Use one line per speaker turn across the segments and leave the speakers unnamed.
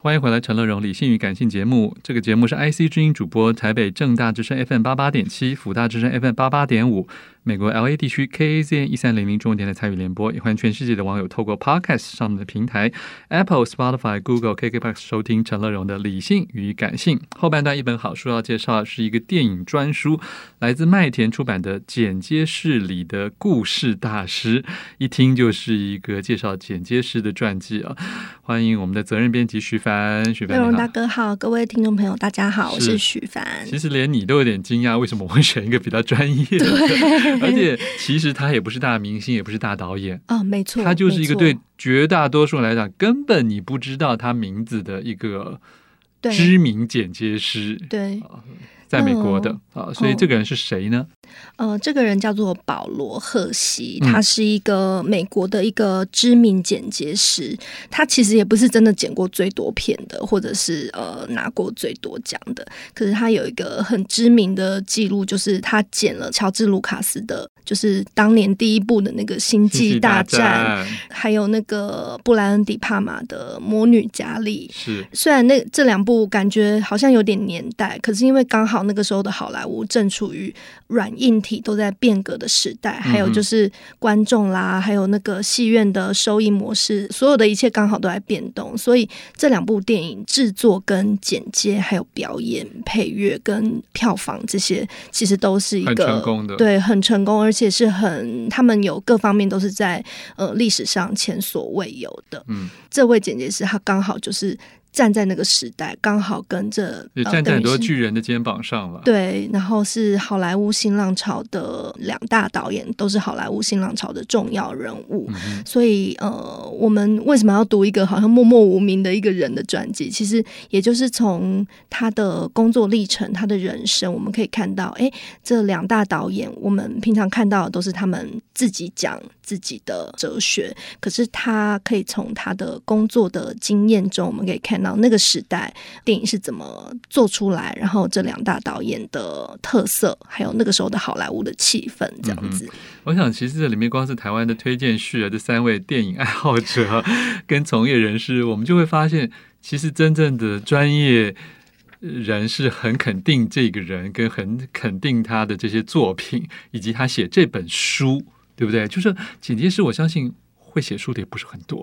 欢迎回来，《陈乐荣理性与感性》节目。这个节目是 IC 之音主播，台北正大之声 FM 八八点七，辅大之声 FM 八八点五，美国 LA 地区 KAZN 一三零零中文台的参与联播。也欢迎全世界的网友透过 Podcast 上面的平台 Apple、Spotify、Google、KKBox 收听陈乐荣的《理性与感性》。后半段一本好书要介绍是一个电影专书，来自麦田出版的《剪接室里的故事大师》，一听就是一个介绍剪接师的传记啊。欢迎我们的责任编辑徐凡，徐
内
凡
容
你
大
好。
哥好，各位听众朋友大家好，我
是
是许凡。
其实连你都有点惊讶，为什么我会选一个比较专业的？ 而且其实他也不是大明星，也不是大导演，
哦，没错，
他就是一个
没错
对绝大多数人来讲根本你不知道他名字的一个
对
知名剪接师，
对，嗯
在美国的啊，所以这个人是谁呢？
呃，这个人叫做保罗·赫西，
嗯
他是一个美国的一个知名剪接师。他其实也不是真的剪过最多片的，或者是呃拿过最多奖的。可是他有一个很知名的记录，就是他剪了乔治·卢卡斯的，就是当年第一部的那个《
星
星际
际
大战》
战
还有那个布莱恩·迪帕玛的《魔女佳丽》。
是
虽然那这两部感觉好像有点年代，可是因为刚好那个时候的好莱坞正处于软硬体都在变革的时代，还
嗯
有
哼
就是观众啦，还有那个戏院的收益模式，所有的一切刚好都在变动，所以这两部电影制作、跟剪接、还有表演、配乐跟票房这些，其实都是一
很
个
成功的
对，很成功，而且是很他们有各方面都是在呃历史上前所未有的。
嗯，
这位剪接师他刚好就是站在那个时代，刚好跟着
也站在很多。
呃等于是
巨人的肩膀上了。
对，然后是好莱坞新浪潮的两大导演，都是好莱坞新浪潮的重要人物。
嗯哼，
所以，呃，我们为什么要读一个好像默默无名的一个人的传记？其实，也就是从他的工作历程、他的人生，我们可以看到，哎，这两大导演，我们平常看到的都是他们自己讲自己的哲学，可是他可以从他的工作的经验中，我们可以看到那个时代电影是怎么做出来，然后这两大导演的特色，还有那个时候的好莱坞的气氛，这样子。
我想其实这里面光是台湾的推荐序啊，这三位电影爱好者啊跟从业人士，我们就会发现，其实真正的专业。人是很肯定这个人，跟很肯定他的这些作品，以及他写这本书，对不对？就是剪接师，我相信会写书的也不是很多，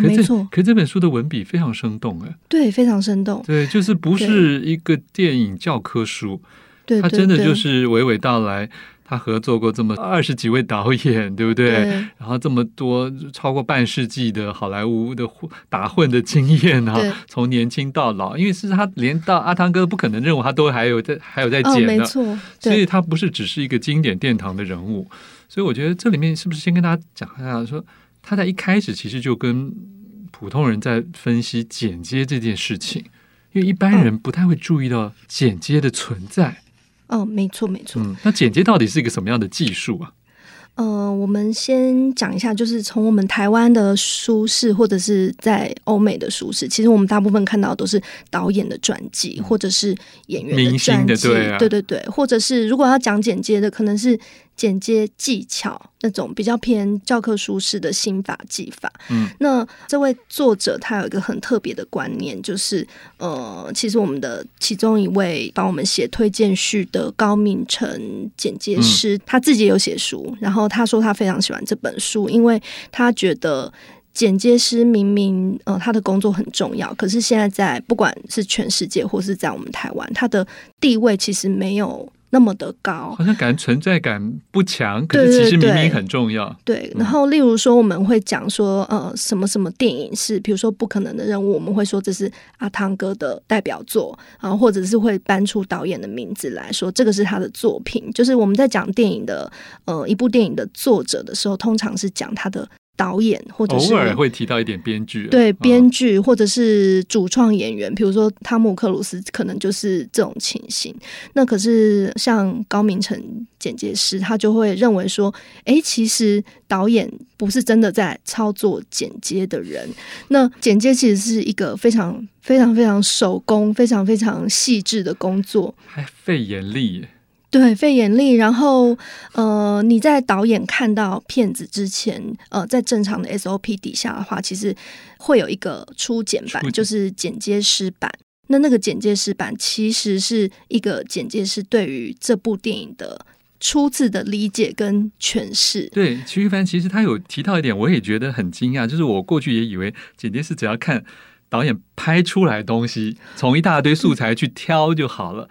可
没
是这
错，哦
可是这本书的文笔非常生动，哎，
对，非常生动。
对，就是不是一个电影教科书，
对，
他
对
真的
对
就是娓娓道来，他合作过这么二十几位导演，对不对？
对
然后这么多超过半世纪的好莱坞的混打混的经验啊
对，
从年轻到老，因为是他连到阿汤哥不可能认为他都还有在还有在
哦，
剪
没
的，
错，
所以
对
他不是只是一个经典殿堂的人物。所以我觉得这里面是不是先跟大家讲一下，说他在一开始其实就跟普通人在分析剪接这件事情，因为一
嗯
般人不太会注意到剪接的存在。
哦，没错，没错。
嗯，那剪接到底是一个什么样的技术啊？
呃，我们先讲一下，就是从我们台湾的书市，或者是在欧美的书市，其实我们大部分看到都是导演的传记，或者是演员
嗯明星
传
的
记，
对啊
对对对，或者是如果要讲剪接的，可能是剪接技巧那种比较偏教科书式的心法技法。
嗯，
那这位作者他有一个很特别的观念，就是呃，其实我们的其中一位帮我们写推荐序的高敏成剪接师，他自己有写书，然后他说他非常喜欢这本书，因为他觉得。剪接师明明呃，他的工作很重要，可是现在在不管是全世界或是在我们台湾，他的地位其实没有那么的高。
好像感觉存在感不强，可
对
是
对
其实明
对
明很重要。
对，
嗯
然后例如说我们会讲说，呃，什么什么电影是，比如说《不可能的任务》，我们会说这是阿汤哥的代表作，啊、或者是会搬出导演的名字来说，这个是他的作品。就是我们在讲电影的，呃，一部电影的作者的时候，通常是讲他的导演或者是
偶尔会提到一点编剧啊，
对
啊
编剧或者是主创演员，比如说汤姆克鲁斯，可能就是这种情形。那可是像高明成剪接师，他就会认为说，诶，其实导演不是真的在操作剪接的人。那剪接其实是一个非常
哎
非常非常手工、非常非常细致的工作。
还费眼力耶，
对，费眼力。然后，呃，你在导演看到片子之前，呃，在正常的 SOP 底下的话，其实会有一个初剪版，
初剪
就是剪接师版。那那个剪接师版其实是一个剪接师对于这部电影的初次的理解跟诠释。
对，徐一凡其实他有提到一点，我也觉得很惊讶，就是我过去也以为剪接是只要看导演拍出来的东西，从一大堆素材去挑就好了。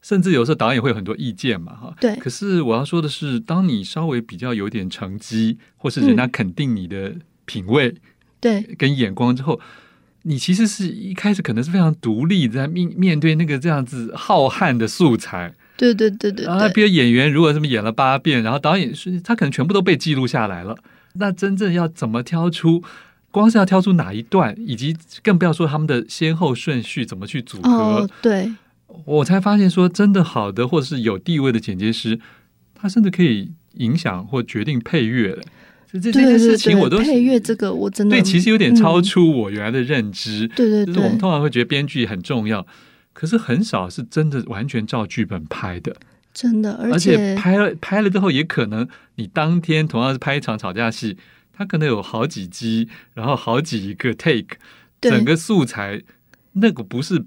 甚至有时候导演会有很多意见嘛，哈。
对
可是我要说的是，当你稍微比较有点成绩，或
嗯
是人家肯定你的品味
对，
跟眼光之后，你其实是一开始可能是非常独立，在面面对那个这样子浩瀚的素材，
对，对，对，对，
啊，
对。
比如演员如果这么演了八遍，然后导演是他可能全部都被记录下来了，那真正要怎么挑出？光是要挑出哪一段，以及更不要说他们的先后顺序怎么去组合，
哦，对，
我才发现说，真的好的或者是有地位的剪接师，他甚至可以影响或决定配乐的。这这这
对
件
对
事
对
情我都
对配乐这个我真的
对，其实有点
嗯
超出我原来的认知。
对对
就是我们
对，
通常会觉得编剧很重要，可是很少是真的完全照剧本拍的。
真的，
而
而
且
且
拍了拍了之后，也可能你当天同样是拍一场吵架戏，它可能有好几集，然后好几个 take，
对
整个素材那个不是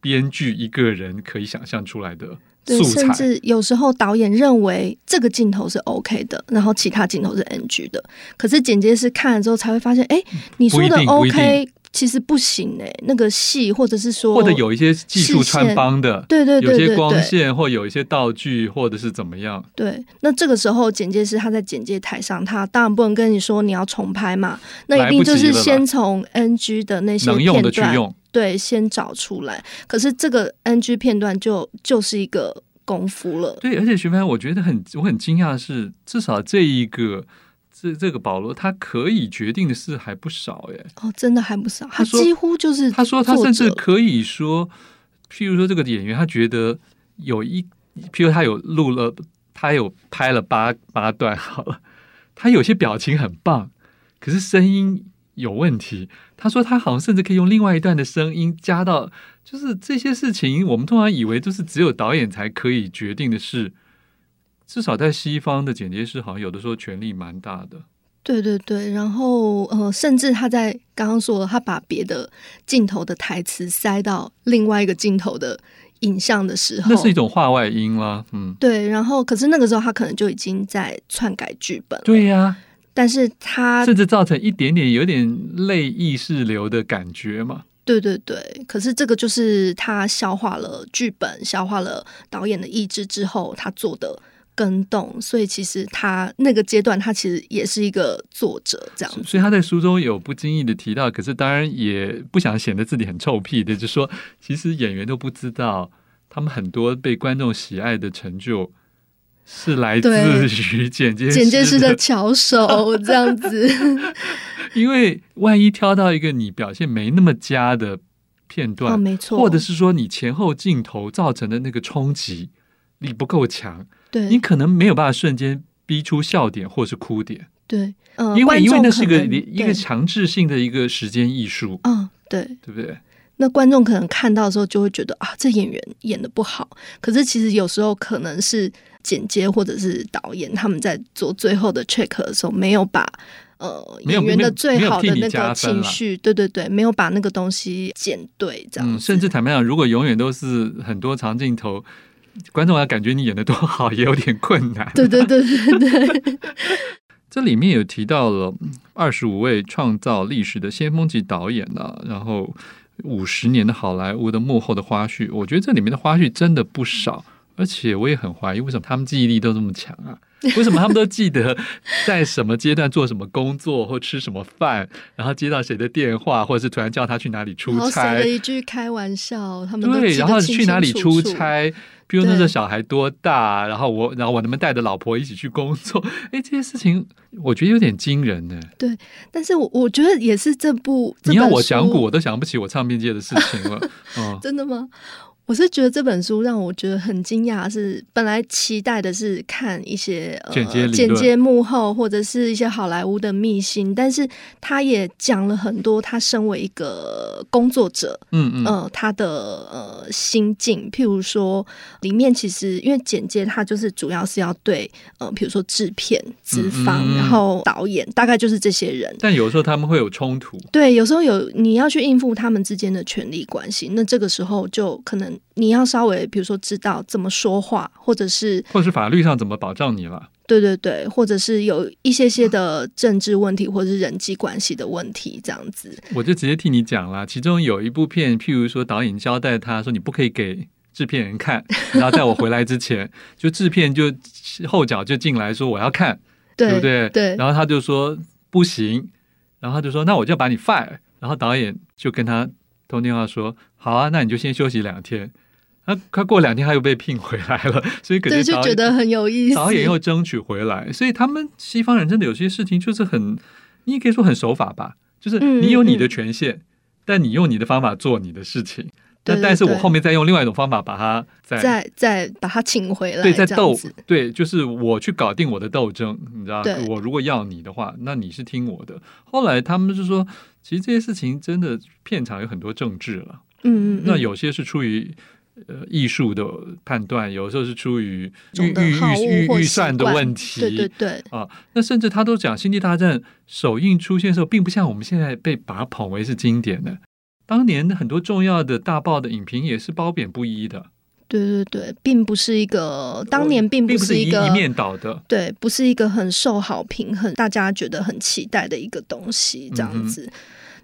编剧一个人可以想象出来的
对
素，
甚
材。
至有时候导演认为这个镜头是 OK 的，然后其他镜头是 NG 的。可是剪接师看了之后才会发现，哎，你说的
嗯不一定不一定
OK 其实不行哎、那个戏或者是说，
或者有一些技术穿帮的，
对对对
有些
对
光
对
线或有一些道具，或者是怎么样，
对。那这个时候剪接师他在剪接台上，他当然不能跟你说你要重拍嘛，那一定就
来
是
不及了啦
先从 NG 的那些
能
片
用的去
段
用。
对，先找出来。可是这个 NG 片段就就是一个功夫了。
对，而且徐帆，我觉得很我很惊讶的是，至少这一个这这个保罗，他可以决定的事还不少耶。
哦，真的还不少，
他
他
说
几乎就是
他说他
作
甚至
者
可以说，譬如说这个演员，他觉得有一，譬如他有录了，他有拍了八八段好了，他有些表情很棒，可是声音有问题。他说他好像甚至可以用另外一段的声音加到，就是这些事情，我们通常以为就是只有导演才可以决定的事。至少在西方的剪接师，好像有的时候权力蛮大的。
对对对，然后呃，甚至他在刚刚说了，他把别的镜头的台词塞到另外一个镜头的影像的时候，
那是一种话外音啦，嗯，
对，然后可是那个时候他可能就已经在篡改剧本了，
对呀、
但是他
甚至造成一点点有点类意识流的感觉嘛。
对对对，可是这个就是他消化了剧本、消化了导演的意志之后，他做的跟动，所以其实他那个阶段，他其实也是一个作者这样子。
所以他在书中有不经意的提到，可是当然也不想显得自己很臭屁的，就说其实演员都不知道，他们很多被观众喜爱的成就是来自于 剪接
简介师
的
的巧手这样子，
因为万一挑到一个你表现没那么佳的片段，
哦没错
或者是说你前后镜头造成的那个冲击力不够强，你
对
可能没有办法瞬间逼出笑点或是哭点。
对，嗯、
因为
观
因为
众
那是一
可
个
能
一个
对
强制性的一个时间艺术，
嗯对，
对不对？
那观众可能看到的时候就会觉得啊，这演员演的不好，可是其实有时候可能是剪接或者是导演他们在做最后的 check 的时候，没有把呃
没有
演员的最好的
没有替
那
你加
个
分啦
情绪，对对对，没有把那个东西剪对，这样
嗯，
子
甚至坦白讲，如果永远都是很多长镜头，观众要感觉你演的多好，也有点困难。
对对对对对对
这里面有提到了二十五位创造历史的先锋级导演啊，然后五十年的好莱坞的幕后的花絮，我觉得这里面的花絮真的不少，而且我也很怀疑为什么他们记忆力都这么强啊。为什么他们都记得在什么阶段做什么工作或吃什么饭，然后接到谁的电话，或者是突然叫他去哪里出
然后谁
差
的？一句开玩笑，他们都
对，
记得
然后
清
去哪里
清楚
出
楚，
差？比如那时候
对
小孩多大，然后我，然后我能不能带着老婆一起去工作？哎，这些事情我觉得有点惊人呢。
但是我我觉得也是这部
你要我
讲
讲古，我都想不起我唱片界的事情了。嗯，
真的吗？我是觉得这本书让我觉得很惊讶，是本来期待的是看一些呃
间接理论
间接幕后或者是一些好莱坞的秘辛，但是他也讲了很多他身为一个工作者，
嗯嗯，
呃，他的呃心境，譬如说里面其实因为简介它就是主要是要对呃，譬如说制片、资方，
嗯嗯嗯
然后导演，大概就是这些人。
但有时候他们会有冲突，
对，有时候有你要去应付他们之间的权力关系，那这个时候就可能你要稍微，比如说知道怎么说话，或者是
或者是法律上怎么保障你了。
对对对，或者是有一些些的政治问题，或者是人际关系的问题，这样子。
我就直接替你讲啦。其中有一部片，譬如说导演交代他说你不可以给制片人看，然后在我回来之前，就制片就后脚就进来说我要看，
对
对不对？
对
然后他就说不行，然后他就说那我就把你 fire。然后导演就跟他通电话说好啊，那你就先休息两天。他他过两天他又被聘回来了，所以肯定
对，就
导
觉
演
得很有意思。
导演又争取回来，所以他们西方人真的有些事情就是很，你也可以说很守法吧，就是
嗯
你有你的权限，但你用你的方法做你的事情，
对
但
对
但是我
对
后面再用另外一种方法把它再
再再把他请回来，
对再
这样
斗
子。
对，就是我去搞定我的斗争，你知道
对，
我如果要你的话，那你是听我的。后来他们就说，其实这些事情真的片场有很多政治了。
嗯嗯，嗯
那有些是出于呃艺术的判断，有时候是出于预
总的好恶
预预
或
预
习
算的
惯
问题，
对对对，
啊，那甚至他都讲《星际大战》首映出现的时候，并不像我们现在被把它捧为是经典的。当年很多重要的大报的影评也是褒贬不一的，
对对对，并不是一个当年并
哦并
不
不
是
一
个
一面倒的。
对，不是一个很受好评、很大家觉得很期待的一个东西，这样子。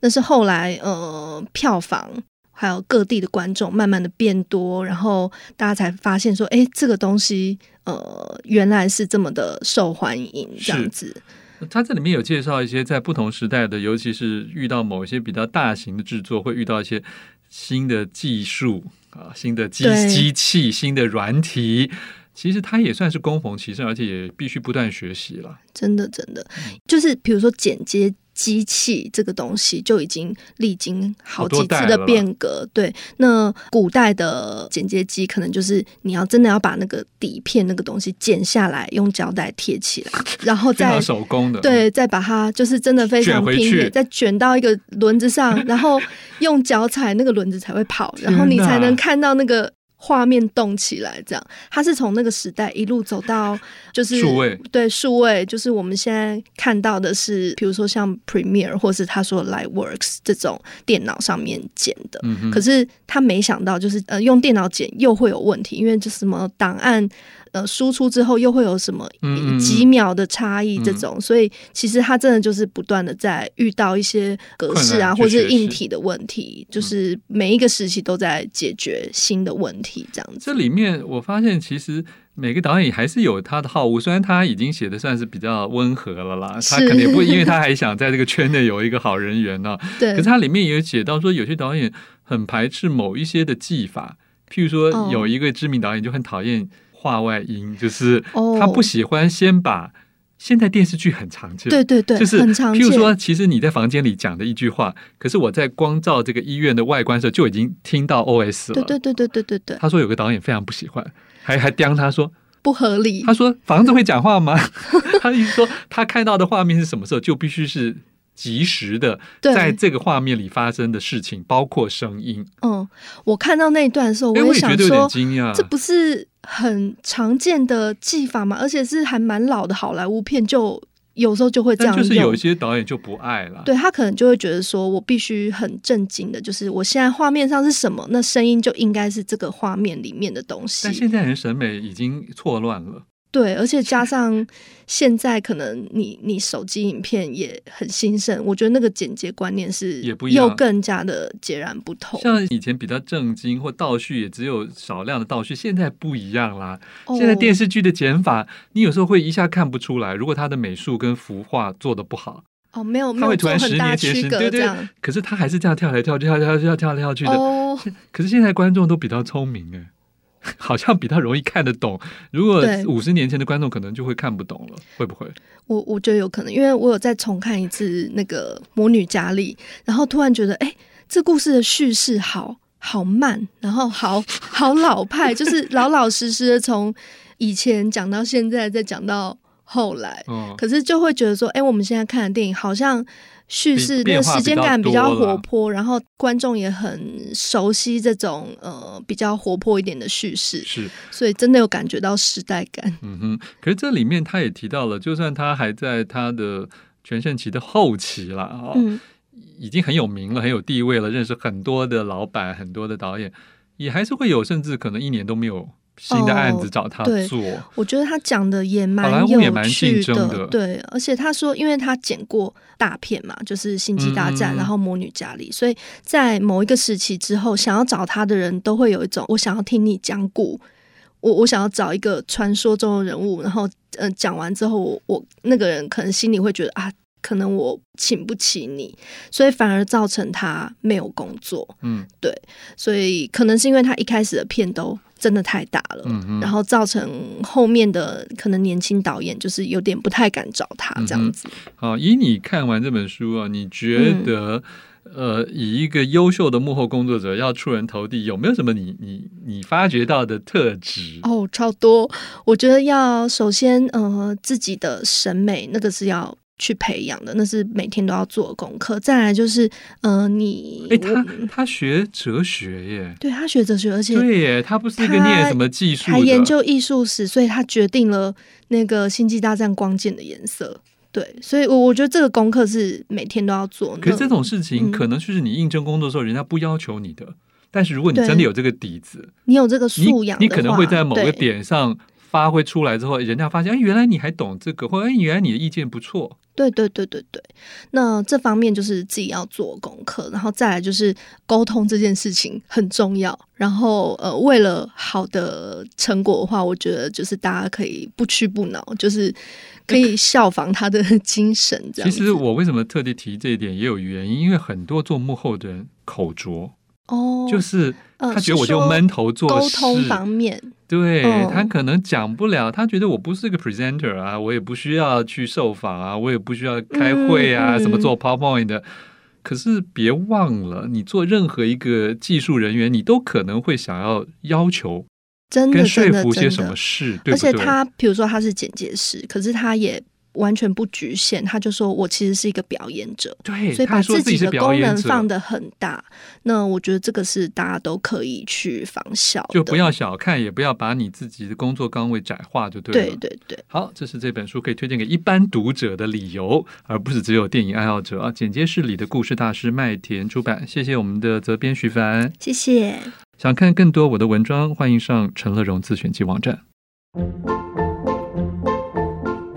但是后来呃，票房还有各地的观众慢慢的变多，然后大家才发现说，哎，这个东西呃原来是这么的受欢迎，这样
是
子。
他这里面有介绍一些在不同时代的，尤其是遇到某一些比较大型的制作，会遇到一些新的技术啊、新的机
对
机器、新的软体。其实他也算是攻逢其盛，而且也必须不断学习了。
真的真的，
嗯
就是比如说剪接机器这个东西，就已经历经好几次的变革。对，那古代的剪接机可能就是你要真的要把那个底片那个东西剪下来，用胶带贴起 来，然后
非
再
常。手工的，，
对，再把它就是真的非常
卷回
拼
去
的，再卷到一个轮子上，然后用脚踩那个轮子才会跑，然后你
天哪
才能看到那个画面动起来。这样，它是从那个时代一路走到就是
数位
对数位，就是我们现在看到的是，比如说像 Premiere 或是他说 Lightworks 这种电脑上面剪的。
嗯哼，
可是他没想到，就是呃，用电脑剪又会有问题，因为就是什么档案呃输出之后又会有什么
嗯嗯嗯嗯
几秒的差异这种，所以其实他真的就是不断的在遇到一些格式啊，
困难
或者
去
是
学习嗯
硬体的问题，就是每一个时期都在解决新的问题，这样子。
这里面我发现，其实每个导演还是有他的好恶，虽然他已经写的算是比较温和了啦，
是
他可能也不，因为他还想在这个圈内有一个好人啊缘呢、
对
可是，他里面也有写到说，有些导演很排斥某一些的技法，譬如说
哦
有一个知名导演就很讨厌话外音，就是
哦
他不喜欢先把现在电视剧很常见，
对对对，
就是
很常
譬
见。
如说，其实你在房间里讲的一句话，可是我在光照这个医院的外观的时候就已经听到 OS 了，
对对对对对对对，
他说有个导演非常不喜欢，还还刁他说，
不合理
他。说房子会讲话吗？ 他一说他看到的画面是什么时候，就必须是及时的，
对
在这个画面里发生的事情，包括声音。
嗯，我看到那一段的时候，
哎，
也
我也觉
想
得有
说
点，惊讶
这。不是很常见的技法嘛，而且是还蛮老的好莱坞片，就有时候就会这
但
样
就是有
用
一。些导演就不爱了，
对他可能就会觉得说，我必须很正经的，就是我现在画面上是什么，那声音就应该是这个画面里面的东西
但。现在人审美已经错乱了。
对，而且加上现在可能你你手机影片也很兴盛，我觉得那个剪接观念是
也不一样
又更加的截然不同。
像以前比较正经或倒叙，也只有少量的倒叙，现在不一样啦。
哦
现在电视剧的剪法，你有时候会一下看不出来，如果它的美术跟服化做的不好，
哦没有没
他
有
会突
做
然
很
十
大
年前
区
十
隔
对
这
对
样，
可是他还是这样跳来跳去，跳来跳去，跳来跳去的。
哦，
可是现在观众都比较聪明哎。好像比较容易看得懂，如果
对
五十年前的观众可能就会看不懂了，会不会？
我我觉得有可能，因为我有再重看一次那个《魔女佳丽》，然后突然觉得，哎，这故事的叙事好好慢，然后好好老派，就是老老实实的从以前讲到现在，再讲到后来。
哦，
可是就会觉得说，哎、我们现在看的电影好像叙事
比
的
变化
时间感
比
比
较
较
多了
活泼，然后观众也很熟悉这种呃比较活泼一点的叙事，
是，
所以真的有感觉到时代感。
嗯哼。可是这里面他也提到了，就算他还在他的全盛期的后期了啊、哦
嗯，
已经很有名了，很有地位了，认识很多的老板，很多的导演，也还是会有，甚至可能一年都没有新的案子找他
哦对
做。
我觉得他讲的
好
也
莱
蛮
坞也
有
蛮
趣
竞争的
对，而且他说，因为他剪过大片嘛，就是《星际大战》
嗯
然后《魔女佳丽》，所以在某一个时期之后，想要找他的人都会有一种我想要听你讲古，我我想要找一个传说中的人物，然后呃讲完之后，我我呃那个人可能心里会觉得啊，可能我请不起你，所以反而造成他没有工作。
嗯
所以可能是因为他一开始的片都真的太大了，
嗯哼
然后造成后面的可能年轻导演就是有点不太敢找他这样子。
好，以你看完这本书啊，你觉
嗯
得、呃，以一个优秀的幕后工作者要出人头地，有没有什么你你你发掘到的特质？
哦，超多！我觉得要首先呃自己的审美那个是要。去培养的，那是每天都要做的功课。再来就是，呃，你
哎、他
我
他学哲学耶，
对他学哲学，而且
对耶，他不是一个
他
念什么技术
还
的，
研究艺术史，所以他决定了那个《星际大战》光剑的颜色。对，所以我我觉得这个功课是每天都要做。
可是
那
这种事情，
嗯
可能就是你应征工作的时候，人家不要求你的。但是如果你
对
真的有这个底子，
你有这个
你
素养
你
的
可能
话
会在某个
对
点上发挥出来之后，人家发现，哎，原来你还懂这个，或者哎，原来你的意见不错。
对对对对对，那这方面就是自己要做功课，然后再来就是沟通这件事情很重要。然后呃，为了好的成果的话，我觉得就是大家可以不屈不挠，就是可以效仿他的精神这样
其
子。
实我为什么特地提这一点，也有原因，因为很多做幕后的人口拙，
哦，
就是
呃
他觉得我
是
就
说
闷头做
沟
事，
通方面，
对、
嗯
他可能讲不了，他觉得我不是个 presenter 啊，我也不需要去受访啊，我也不需要开会啊，
嗯嗯
什么做 PowerPoint 的。可是别忘了，你做任何一个技术人员，你都可能会想要要求
真的
跟说
真的
服些
真
什么
的，
事，对
而
不
且
对？
他比如说他是剪接师，可是他也完全不局限，他就说我其实是一个表演者。
对，
所以
他
把
还说
自
自己
己
是
的
表
功
演
能
者，
放得很大，那我觉得这个是大家都可以去仿效的，
就不要小看，也不要把你自己的工作岗位窄化，就对了。
对对对，
好，这是这本书可以推荐给一般读者的理由，而不是只有电影爱好者啊。简介是里的故事大师麦田出版，谢谢我们的责编徐凡。
谢谢。
想看更多我的文章，欢迎上陈乐融自选集网站。